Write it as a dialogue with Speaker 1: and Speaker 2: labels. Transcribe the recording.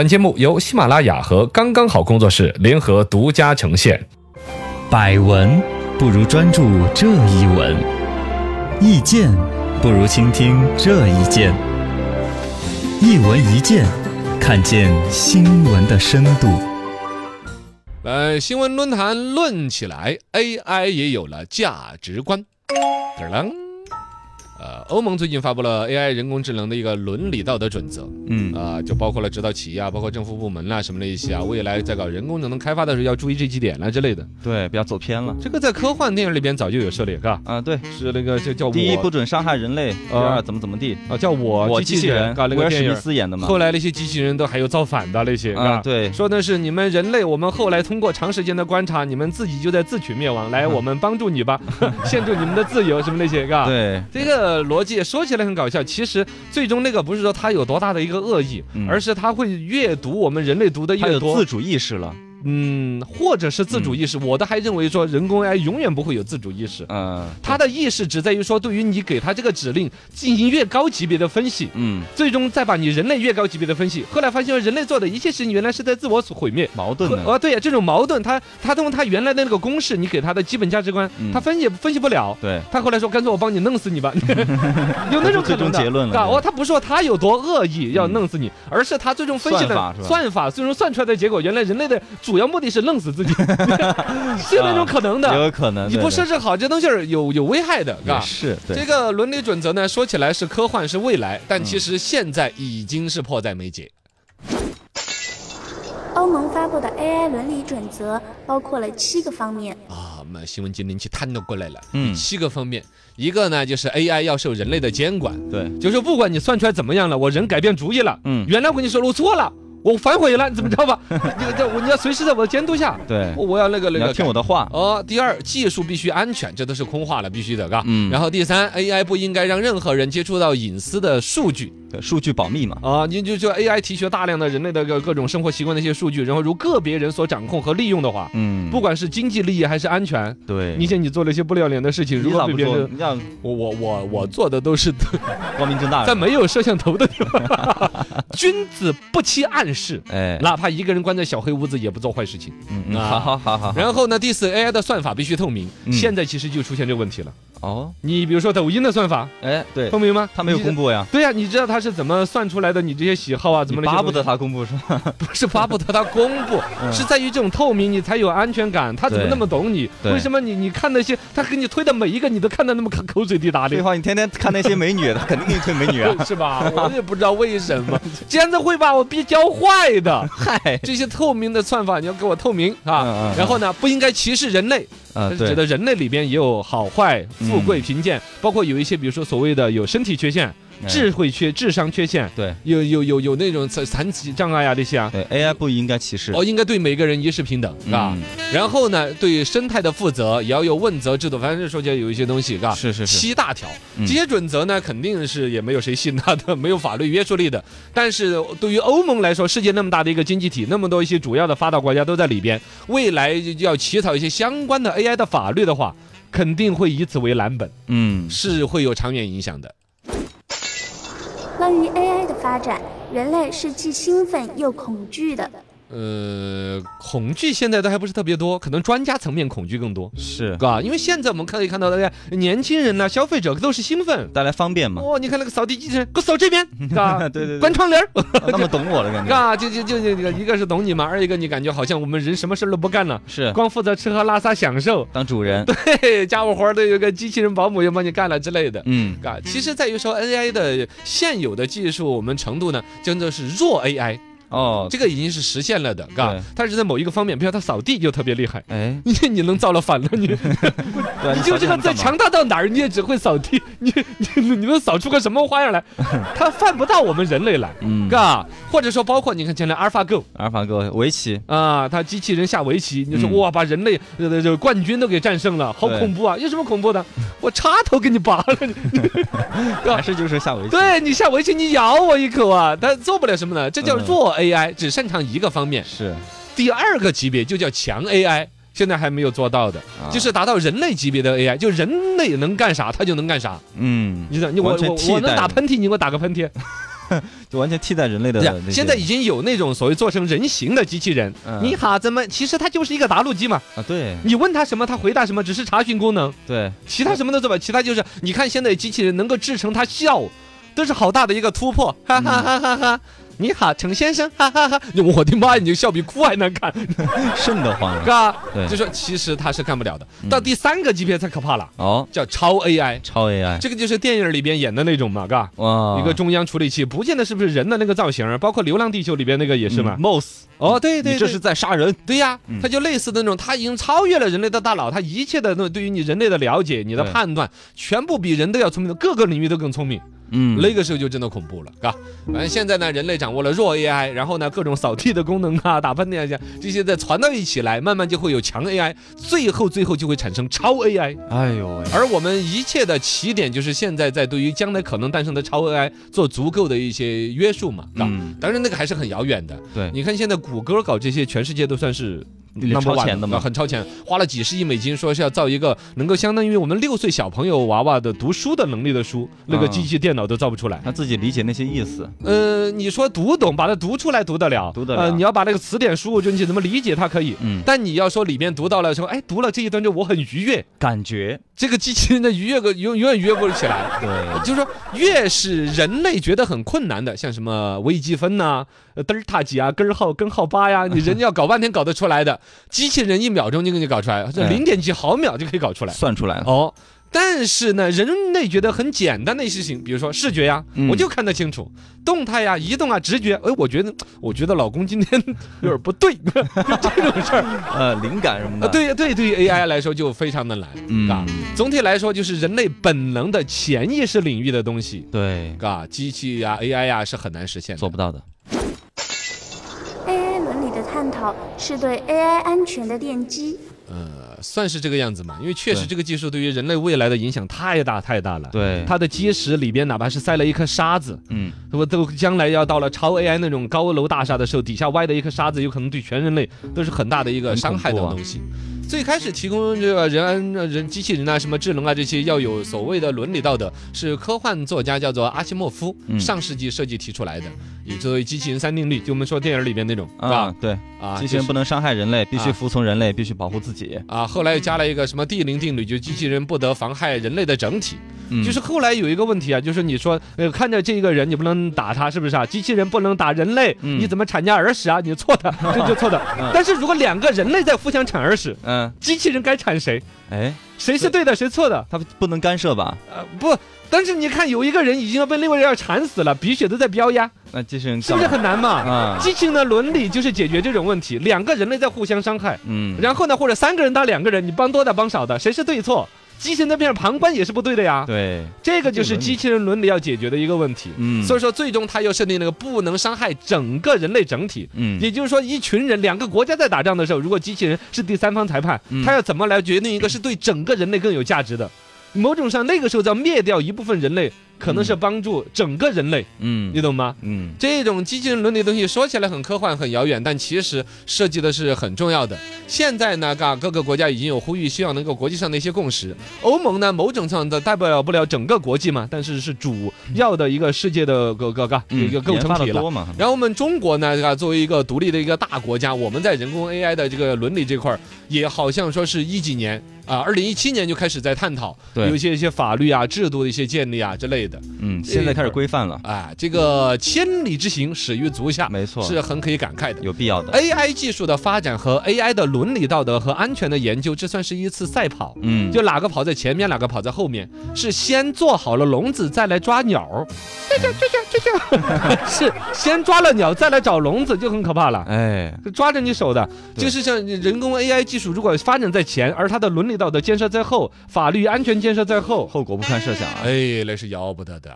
Speaker 1: 本节目由喜马拉雅和刚刚好工作室联合独家呈现。
Speaker 2: 百闻不如专注这一闻，意见不如倾听这一见。一闻一见，看见新闻的深度。
Speaker 1: 来，新闻论坛论起来，AI 也有了价值观。嘚儿啷呃，欧盟最近发布了 AI 人工智能的一个伦理道德准则，
Speaker 2: 嗯
Speaker 1: 啊、就包括了指导企业啊，包括政府部门啦、什么的一些啊，未来在搞人工智能开发的时候要注意这几点啦、之类的。
Speaker 2: 对，不要走偏了。
Speaker 1: 这个在科幻电影里边早就有涉猎，嘎，
Speaker 2: 啊，对，
Speaker 1: 是那个就叫我
Speaker 2: 第一不准伤害人类，第二
Speaker 1: 呃
Speaker 2: 怎么怎么地。
Speaker 1: 啊，叫我
Speaker 2: 我
Speaker 1: 机器
Speaker 2: 人，
Speaker 1: 人，嘎那
Speaker 2: 威
Speaker 1: 个
Speaker 2: 尔
Speaker 1: 电
Speaker 2: 史密
Speaker 1: 影。
Speaker 2: 斯演的嘛。
Speaker 1: 后来那些机器人都还有造反的那些，
Speaker 2: 啊，
Speaker 1: 嘎
Speaker 2: 对，
Speaker 1: 说的是你们人类，我们后来通过长时间的观察，你们自己就在自取灭亡。
Speaker 2: 嗯
Speaker 1: 来，我们帮助你吧， 限制你们的自由什么那些，嘎。
Speaker 2: 对，
Speaker 1: 这个逻辑说起来很搞笑，其实最终那个不是说它有多大的一个恶意，
Speaker 2: 嗯
Speaker 1: 而是它会阅读我们人类读的
Speaker 2: 他有
Speaker 1: 越
Speaker 2: 自
Speaker 1: 多，
Speaker 2: 主意识了。
Speaker 1: 嗯，或者是自主意识。我的还认为说人工 AI 永远不会有自主意识。
Speaker 2: 嗯，
Speaker 1: 它的意识只在于说，对于你给它这个指令进行越高级别的分析，
Speaker 2: 嗯，
Speaker 1: 最终再把你人类越高级别的分析。后来发现，人类做的一切事情原来是在自我毁灭。
Speaker 2: 矛盾
Speaker 1: 和
Speaker 2: 的。
Speaker 1: 呃，对呀，这种矛盾，他他通过他原来的那个公式，你给他的基本价值观
Speaker 2: 嗯，
Speaker 1: 他分析分析不了。
Speaker 2: 对，
Speaker 1: 他后来说：“干脆我帮你弄死你 吧。”有那种可
Speaker 2: 最终
Speaker 1: 能的
Speaker 2: 结论了嗯
Speaker 1: 啊哦，他不是说他有多恶意要弄死你，而是他最终分析
Speaker 2: 算法
Speaker 1: 了
Speaker 2: 是吧
Speaker 1: 算法，最终算出来的结果，原来人类的主要目的是弄死 自己，是有那种可能
Speaker 2: 也
Speaker 1: 的。
Speaker 2: 啊有可能。
Speaker 1: 啊你
Speaker 2: 对
Speaker 1: 不
Speaker 2: 对
Speaker 1: 设置好，这东西儿有有危害的，
Speaker 2: 也
Speaker 1: 嘎。
Speaker 2: 是，
Speaker 1: 这
Speaker 2: 对，
Speaker 1: 个伦理准则呢，说起来是科幻，是未来，但
Speaker 2: 嗯
Speaker 1: 其实现在已经是迫在眉睫。
Speaker 3: 欧盟发布的 AI 伦理准则包括了七个方面。
Speaker 1: 啊，我们新闻精灵去探讨过来了，
Speaker 2: 嗯
Speaker 1: 七个方面，一个呢就是 AI 要受人类的监管，
Speaker 2: 对，
Speaker 1: 就是说不管你算出来怎么样了，我人改变主意了，
Speaker 2: 嗯
Speaker 1: 原来我跟你说了我错了，我反悔了，你怎么着吧？ 你这我你要随时在我的监督下，
Speaker 2: 对，
Speaker 1: 我我要那个
Speaker 2: 你
Speaker 1: 那
Speaker 2: 要
Speaker 1: 个
Speaker 2: 听
Speaker 1: 改
Speaker 2: 我的话。
Speaker 1: 哦，第二，技术必须安全，这都是空话了，必须的，嘎。
Speaker 2: 嗯
Speaker 1: 然后第三，AI 不应该让任何人接触到隐私的数据
Speaker 2: 对数据保密嘛。
Speaker 1: 啊、你就就 AI 提取大量的人类的各各种生活习惯的一些数据，然后如个别人所掌控和利用的话，
Speaker 2: 嗯，
Speaker 1: 不管是经济利益还是安全，
Speaker 2: 对，
Speaker 1: 你想你做了一些不要脸的事情，如
Speaker 2: 你
Speaker 1: 果
Speaker 2: 咋
Speaker 1: 被
Speaker 2: 不
Speaker 1: 别
Speaker 2: 做？
Speaker 1: 人，
Speaker 2: 你要
Speaker 1: 我我我我做的都是
Speaker 2: 光明正大
Speaker 1: 在
Speaker 2: 的。
Speaker 1: 没有摄像头的地 方，君子不欺暗室。
Speaker 2: 哎，
Speaker 1: 哪怕一个人关在小黑屋子，也不做坏事情。
Speaker 2: 嗯嗯，
Speaker 1: 啊
Speaker 2: 好好好好好。
Speaker 1: 然后呢，第四，AI 的算法必须透明。
Speaker 2: 嗯
Speaker 1: 现在其实就出现这个问题了。
Speaker 2: 哦，
Speaker 1: 你比如说抖音的算法
Speaker 2: 哎，对
Speaker 1: 透，明吗？
Speaker 2: 他没有
Speaker 1: 你
Speaker 2: 公。布呀，
Speaker 1: 对呀、你知道他是怎么算出来的？你这些喜好啊，怎
Speaker 2: 你
Speaker 1: 么那些
Speaker 2: 巴不
Speaker 1: 东西
Speaker 2: 得他公布是吧？
Speaker 1: 不是巴不得他公布，是在于这种透明，你才有安全感。他怎么
Speaker 2: 嗯对
Speaker 1: 那么懂你？
Speaker 2: 对
Speaker 1: 为什么你你看那些他给你推的每一个，你都看得那么口口水滴答的
Speaker 2: 废？话，你天天看那些美女，他肯定给你推美 女啊。
Speaker 1: 是吧？我也不知道为什 么，简直会把我逼教坏的。
Speaker 2: 嗨，
Speaker 1: 这些透明的算法，你要给我透明
Speaker 2: 嗯
Speaker 1: 啊
Speaker 2: 嗯！
Speaker 1: 然后呢，不应该歧视人类。
Speaker 2: 啊，
Speaker 1: 他是觉
Speaker 2: 对，
Speaker 1: 得人类里边也有好坏、富贵、
Speaker 2: 嗯
Speaker 1: 贫贱，包括有一些，比如说所谓的有身体缺陷、
Speaker 2: 哎
Speaker 1: 智慧缺、智商缺陷，
Speaker 2: 对
Speaker 1: 有有有有那种残残疾障碍啊这些啊。
Speaker 2: 对 AI 不应该歧视。
Speaker 1: 哦，应该对每个人一视平等，是吧？
Speaker 2: 嗯
Speaker 1: 然后呢，对生态的负责也要有问责制度，反正说起来有一些东西，是吧？
Speaker 2: 是是是
Speaker 1: 七大条，
Speaker 2: 嗯
Speaker 1: 这些准则呢，肯定是也没有谁信他的，没有法律约束力的。但是对于欧盟来说，世界那么大的一个经济体，那么多一些主要的发达国家都在里边，未来要起草一些相关的 AI 的法律的话，肯定会以此为蓝本，
Speaker 2: 嗯，
Speaker 1: 是会有长远影响的。
Speaker 3: 关于 AI 的发展，人类是既兴奋又恐惧的。
Speaker 1: 呃，恐惧现在都还不是特别多，可能专家层面恐惧更多。
Speaker 2: 是
Speaker 1: 啊，因为现在我们可以看到，大家年轻人呐、消费者都是兴奋。
Speaker 2: 带来方便嘛？
Speaker 1: 哦，你看那个扫地机器人，给我扫这 边，啊，
Speaker 2: 嗯对对对
Speaker 1: 关窗帘儿，
Speaker 2: 啊那么懂我的感觉。
Speaker 1: 啊，就就就就一个是懂你嘛，二一个你感觉好像我们人什么事儿都不干了，
Speaker 2: 是
Speaker 1: 光负责吃喝拉撒享受，
Speaker 2: 当主人。
Speaker 1: 嘿嘿，家务活儿都有个机器人保姆要帮你干了之类的。
Speaker 2: 嗯，
Speaker 1: 啊，其实在于说 AI 的现有的技术，我们程度呢，真的是弱 AI，
Speaker 2: 哦，
Speaker 1: 这个已经是实现了的，嘎
Speaker 2: 对。
Speaker 1: 它是在某一个方面，比如它扫地就特别厉害，
Speaker 2: 哎，
Speaker 1: 你你能造了反了你。
Speaker 2: 对啊
Speaker 1: 你就这个再，强大到哪儿，你也只会扫地，你你你能扫出个什么花样来？它犯不到我们人类来，
Speaker 2: 嗯
Speaker 1: 嘎。或者说，包括你看前两 AlphaGo
Speaker 2: 阿尔法哥围棋，
Speaker 1: 啊，它机器人下围棋，你说
Speaker 2: 嗯
Speaker 1: 哇，把人类呃这冠军都给战胜了，好
Speaker 2: 对
Speaker 1: 恐怖啊！有什么恐怖的？我插头给你拔了，你啊
Speaker 2: 还是就是下围棋。
Speaker 1: 对你下围棋你咬我一口啊，它做不了什么呢？这叫
Speaker 2: 嗯
Speaker 1: 弱 AI，只擅长一个方面。
Speaker 2: 是，
Speaker 1: 第二个级别就叫强 AI。现在还没有做到的，
Speaker 2: 啊
Speaker 1: 就是达到人类级别的 AI，就人类能干啥，它就能干啥。
Speaker 2: 嗯，
Speaker 1: 你怎你我
Speaker 2: 完全
Speaker 1: 我
Speaker 2: 替
Speaker 1: 我
Speaker 2: 代
Speaker 1: 能打
Speaker 2: 的
Speaker 1: 喷嚏，你给我打个喷嚏。
Speaker 4: 就完全替代人类的
Speaker 1: 对呀
Speaker 4: 那些。
Speaker 1: 现在已经有那种所谓做成人形的机器人，
Speaker 4: 嗯
Speaker 1: 你好，怎么？其实它就是一个答录机嘛，
Speaker 4: 啊，对
Speaker 1: 你问它什么，它回答什么，只是查询功能，
Speaker 4: 对，
Speaker 1: 其他什么都做不了。其他就是，你看现在机器人能够制成它笑，都是好大的一个突破，哈哈哈哈哈。你好，程先生，哈哈哈我的妈呀，你就笑比哭还难看，
Speaker 4: 瘆得慌了。
Speaker 1: 嘎
Speaker 4: 对。
Speaker 1: 就说其实它是干不了的。到第三个级别才可怕了，
Speaker 4: 哦，
Speaker 1: 叫超 AI，
Speaker 4: 超 AI，
Speaker 1: 这个就是电影里边演的那种嘛，嘎。
Speaker 4: 哇，
Speaker 1: 一个中央处理器，不见得是不是人的那个造型儿，包括《流浪地球》里边那个也是嘛。
Speaker 4: 嗯 Moss，
Speaker 1: 哦，对对，
Speaker 4: 你这
Speaker 1: 对
Speaker 4: 是在杀人。
Speaker 1: 对呀
Speaker 4: 嗯，
Speaker 1: 它就类似的那种，它已经超越了人类的大脑，它一切的那种对于你人类的了解、你的
Speaker 4: 对
Speaker 1: 判断，全部比人都要聪明，各个领域都更聪明。
Speaker 4: 嗯
Speaker 1: 那个时候就真的恐怖了，嘎。反正现在呢，人类掌握了弱 AI，然后呢，各种扫地的功能啊、打喷嚏啊这些再传到一起来，慢慢就会有强 AI，最后最后就会产生超 AI。
Speaker 4: 哎呦喂，
Speaker 1: 而我们一切的起点就是现在在对于将来可能诞生的超 AI 做足够的一些约束嘛，啊、
Speaker 4: 嗯
Speaker 1: 当然那个还是很遥远的。
Speaker 4: 对
Speaker 1: 你看现在谷歌搞这些，全世界都算是。
Speaker 4: 超前的嘛
Speaker 1: 啊很超前，花了几十亿美金，说是要造一个能够相当于我们六岁小朋友娃娃的读书的能力的书，那个
Speaker 4: 啊
Speaker 1: 机器电脑都造不出来。
Speaker 4: 他自己理解那些意思，
Speaker 1: 呃，你说读懂，把它读出来，读得了，
Speaker 4: 读得
Speaker 1: 呃，
Speaker 4: 了
Speaker 1: 你要把那个词典输入进去，怎么理解它可以？
Speaker 4: 嗯，
Speaker 1: 但你要说里面读到了说，哎，读了这一段就我很愉悦，
Speaker 4: 感觉
Speaker 1: 这个机器人的愉悦个永永远愉悦不起来。
Speaker 4: 对，
Speaker 1: 就是说，越是人类觉得很困难的，像什么微积分呐、呃德尔塔几啊、根儿号、根号八 呀，你人家要搞半天搞得出来的，机器人一秒钟就给你搞出来，这
Speaker 4: 哎嗯
Speaker 1: 零点几毫秒就可以搞出来。
Speaker 4: 算出来了，
Speaker 1: 哦，但是呢，人类觉得很简单的事情，比如说视觉呀，
Speaker 4: 嗯
Speaker 1: 我就看得清楚；动态呀、移动啊、直觉，哎，我觉得，我觉得老公今天 有点不对，就这种事儿。
Speaker 4: 呃，灵感什么
Speaker 1: 啊，
Speaker 4: 的，，
Speaker 1: 对呀，对，对于 AI 来说就非常的难，
Speaker 4: 嗯
Speaker 1: 啊。总体来说，就是人类本能的潜意识领域的东西，
Speaker 4: 对，
Speaker 1: 啊，机器呀、AI 呀、是很难实现的。
Speaker 4: 做不到的，
Speaker 3: AI 伦理的探讨是对 AI 安全的奠基。
Speaker 1: 呃算是这个样子嘛，因为确实
Speaker 4: 对
Speaker 1: 这个技术对于人类未来的影响太大太大了。
Speaker 4: 对，
Speaker 1: 它的基石里边哪怕是塞了一颗沙子，
Speaker 4: 嗯，
Speaker 1: 我都将来要到了超 AI 那种高楼大厦的时候，底下歪的一颗沙子，有可能对全人类都是很大的一个伤害的
Speaker 4: 很恐怖啊
Speaker 1: 东西。最开始提供这个人人机器人啊、什么智能啊这些要有所谓的伦理道德，是科幻作家叫做阿西莫夫
Speaker 4: 嗯
Speaker 1: 上世纪设计提出来的，也作为机器人三定律，就我们说电影里边那种，是
Speaker 4: 啊
Speaker 1: 吧？，
Speaker 4: 对，
Speaker 1: 啊，
Speaker 4: 机器人
Speaker 1: 就是
Speaker 4: 不能伤害人类，必须
Speaker 1: 啊
Speaker 4: 服从人类，必须保护自己，
Speaker 1: 啊，后来又加了一个什么第零定律，就机器人不得妨害人类的整体。
Speaker 4: 嗯
Speaker 1: 就是后来有一个问题啊，就是你说呃，看着这个人你不能打他，是不是啊？机器人不能打人类，
Speaker 4: 嗯
Speaker 1: 你怎么产家耳屎啊？你错 的，这就错的。但是如果两个人类在互相产耳屎，
Speaker 4: 嗯，
Speaker 1: 机器人该产谁？
Speaker 4: 哎，
Speaker 1: 谁是对的，谁错的？
Speaker 4: 他不能干涉吧？
Speaker 1: 呃，不。但是你看，有一个人已经要被另外一个人要馋死了，鼻血都在飙呀，
Speaker 4: 那机器人
Speaker 1: 是不是
Speaker 4: 干嘛
Speaker 1: 很难嘛？
Speaker 4: 啊？
Speaker 1: 机器人的伦理就是解决这种问题，两个人类在互相伤害，
Speaker 4: 嗯，
Speaker 1: 然后呢，或者三个人打两个人，你帮多的帮少的，谁是对错？机器人那边旁观也是不对的呀。
Speaker 4: 对，
Speaker 1: 这个就是机器人伦理要解决的一个问题。
Speaker 4: 嗯，
Speaker 1: 所以
Speaker 4: 以
Speaker 1: 说，最终他又设定了一个不能伤害整个人类整体。
Speaker 4: 嗯，
Speaker 1: 也就是说，一群人、两个国家在打仗的时候，如果机器人是第三方裁判，
Speaker 4: 嗯
Speaker 1: 他要怎么来决定一个是对整个人类更有价值的？某种上，那个时候要灭掉一部分人类，可能是帮助整个人类，
Speaker 4: 嗯
Speaker 1: 你懂吗？
Speaker 4: 嗯
Speaker 1: 这种机器人伦理的东西说起来很科幻、很遥远，但其实涉及的是很重要的。现在呢，嘎各个国家已经有呼吁，希望能够国际上的一些共识。欧盟呢，某种上的代表不了整个国际嘛，但是是主要的一个世界的个个个
Speaker 4: 嗯，
Speaker 1: 一个构
Speaker 4: 研发
Speaker 1: 成体
Speaker 4: 得
Speaker 1: 了
Speaker 4: 多。嘛，
Speaker 1: 然后我们中国呢，嘎作为一个独立的一个大国家，我们在人工 AI 的这个伦理这块儿，也好像说是一几年啊，二零一七年就开始在探讨，
Speaker 4: 对
Speaker 1: 有一些一些法律啊、制度的一些建立啊之类的。
Speaker 4: 嗯，现在开始规范了，
Speaker 1: 啊，这个千里之行，始于足下，
Speaker 4: 没错，
Speaker 1: 是很可以感慨的。
Speaker 4: 有必要的，
Speaker 1: AI 技术的发展和 AI 的伦理道德和安全的研究，这算是一次赛跑。
Speaker 4: 嗯，
Speaker 1: 就哪个跑在前面，哪个跑在后面，是先做好了笼子再来抓鸟儿，这叫这叫这 叫，是先抓了鸟再来找笼子，就很可怕了。
Speaker 4: 哎，
Speaker 1: 抓着你手的，
Speaker 4: 对
Speaker 1: 就是像人工 AI 技术，如果发展在前，而它的伦理道德建设在后，法律安全建设在后，
Speaker 4: 后果不堪设想啊，
Speaker 1: 哎，那是要不得的。